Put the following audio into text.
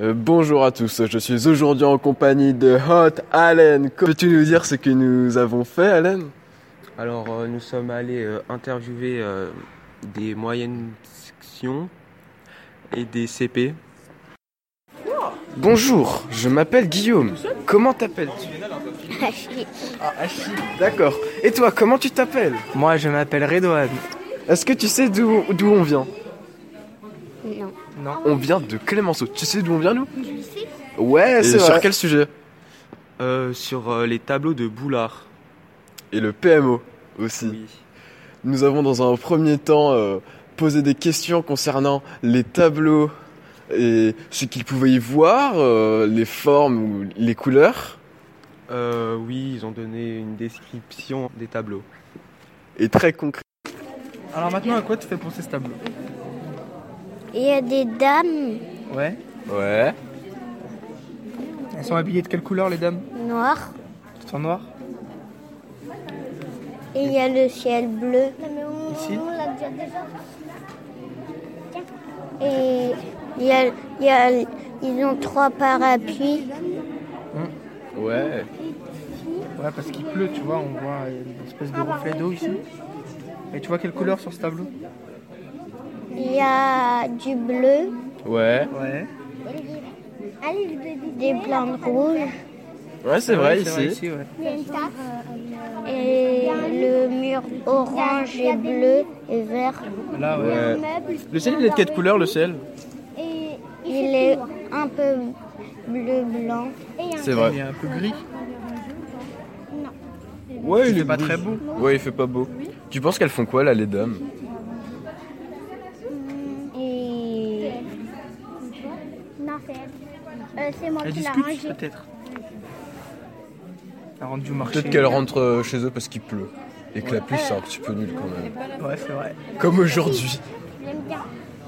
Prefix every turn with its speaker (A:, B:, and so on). A: Euh, bonjour à tous, je suis aujourd'hui en compagnie de Hot Allen. Co- Peux-tu nous dire ce que nous avons fait, Allen
B: Alors, euh, nous sommes allés euh, interviewer euh, des moyennes sections et des CP.
C: Bonjour, je m'appelle Guillaume. Comment t'appelles-tu Ah, D'accord. Et toi, comment tu t'appelles
D: Moi, je m'appelle Redouane.
C: Est-ce que tu sais d'où d'où on vient
E: Non.
C: On vient de Clémenceau. Tu sais d'où on vient, nous Ouais,
A: Et
C: c'est
A: sur
C: vrai.
A: quel sujet
B: Euh, sur euh, les tableaux de Boulard.
A: Et le PMO aussi.
B: Oui.
A: Nous avons dans un premier temps euh, posé des questions concernant les tableaux et ce qu'ils pouvaient y voir, euh, les formes ou les couleurs.
B: Euh, oui, ils ont donné une description des tableaux.
A: Et très concret.
D: Alors maintenant, à quoi tu fais penser ce tableau
E: Et il y a des dames
D: Ouais.
A: Ouais.
D: Elles sont habillées de quelle couleur, les dames
E: noires
D: Elles sont noires
E: et il y a le ciel bleu. mais on,
D: Ici
E: l'a déjà. Et il y a, il y a- ils ont trois parapluies.
A: Ouais.
D: Ouais, parce qu'il pleut, tu vois, on voit une espèce de reflet d'eau ici. Et tu vois quelle couleur sur ce tableau
E: Il y a du bleu,
A: Ouais.
D: Ouais.
E: des plantes rouges
A: Ouais, c'est vrai, ici.
D: ouais.
E: et le mur orange et bleu et vert.
D: Là, ouais.
A: Ouais.
D: Le ciel, il est de quelle couleur, le ciel
E: Il est un peu bleu blanc.
A: C'est
D: Il est un peu gris.
A: Ouais,
D: Il est pas très beau.
A: Ouais, il fait pas beau. Tu penses qu'elles font quoi là, les dames
E: Et
F: Non, c'est c'est moi
D: Elle
F: qui l'ai
D: discute,
F: rangé.
D: peut-être. Elle rentre du marché.
A: Peut-être qu'elles rentrent euh, chez eux parce qu'il pleut. Et que la pluie, c'est un petit peu nul quand même.
D: Ouais, c'est vrai.
A: Comme aujourd'hui.
F: J'aime bien.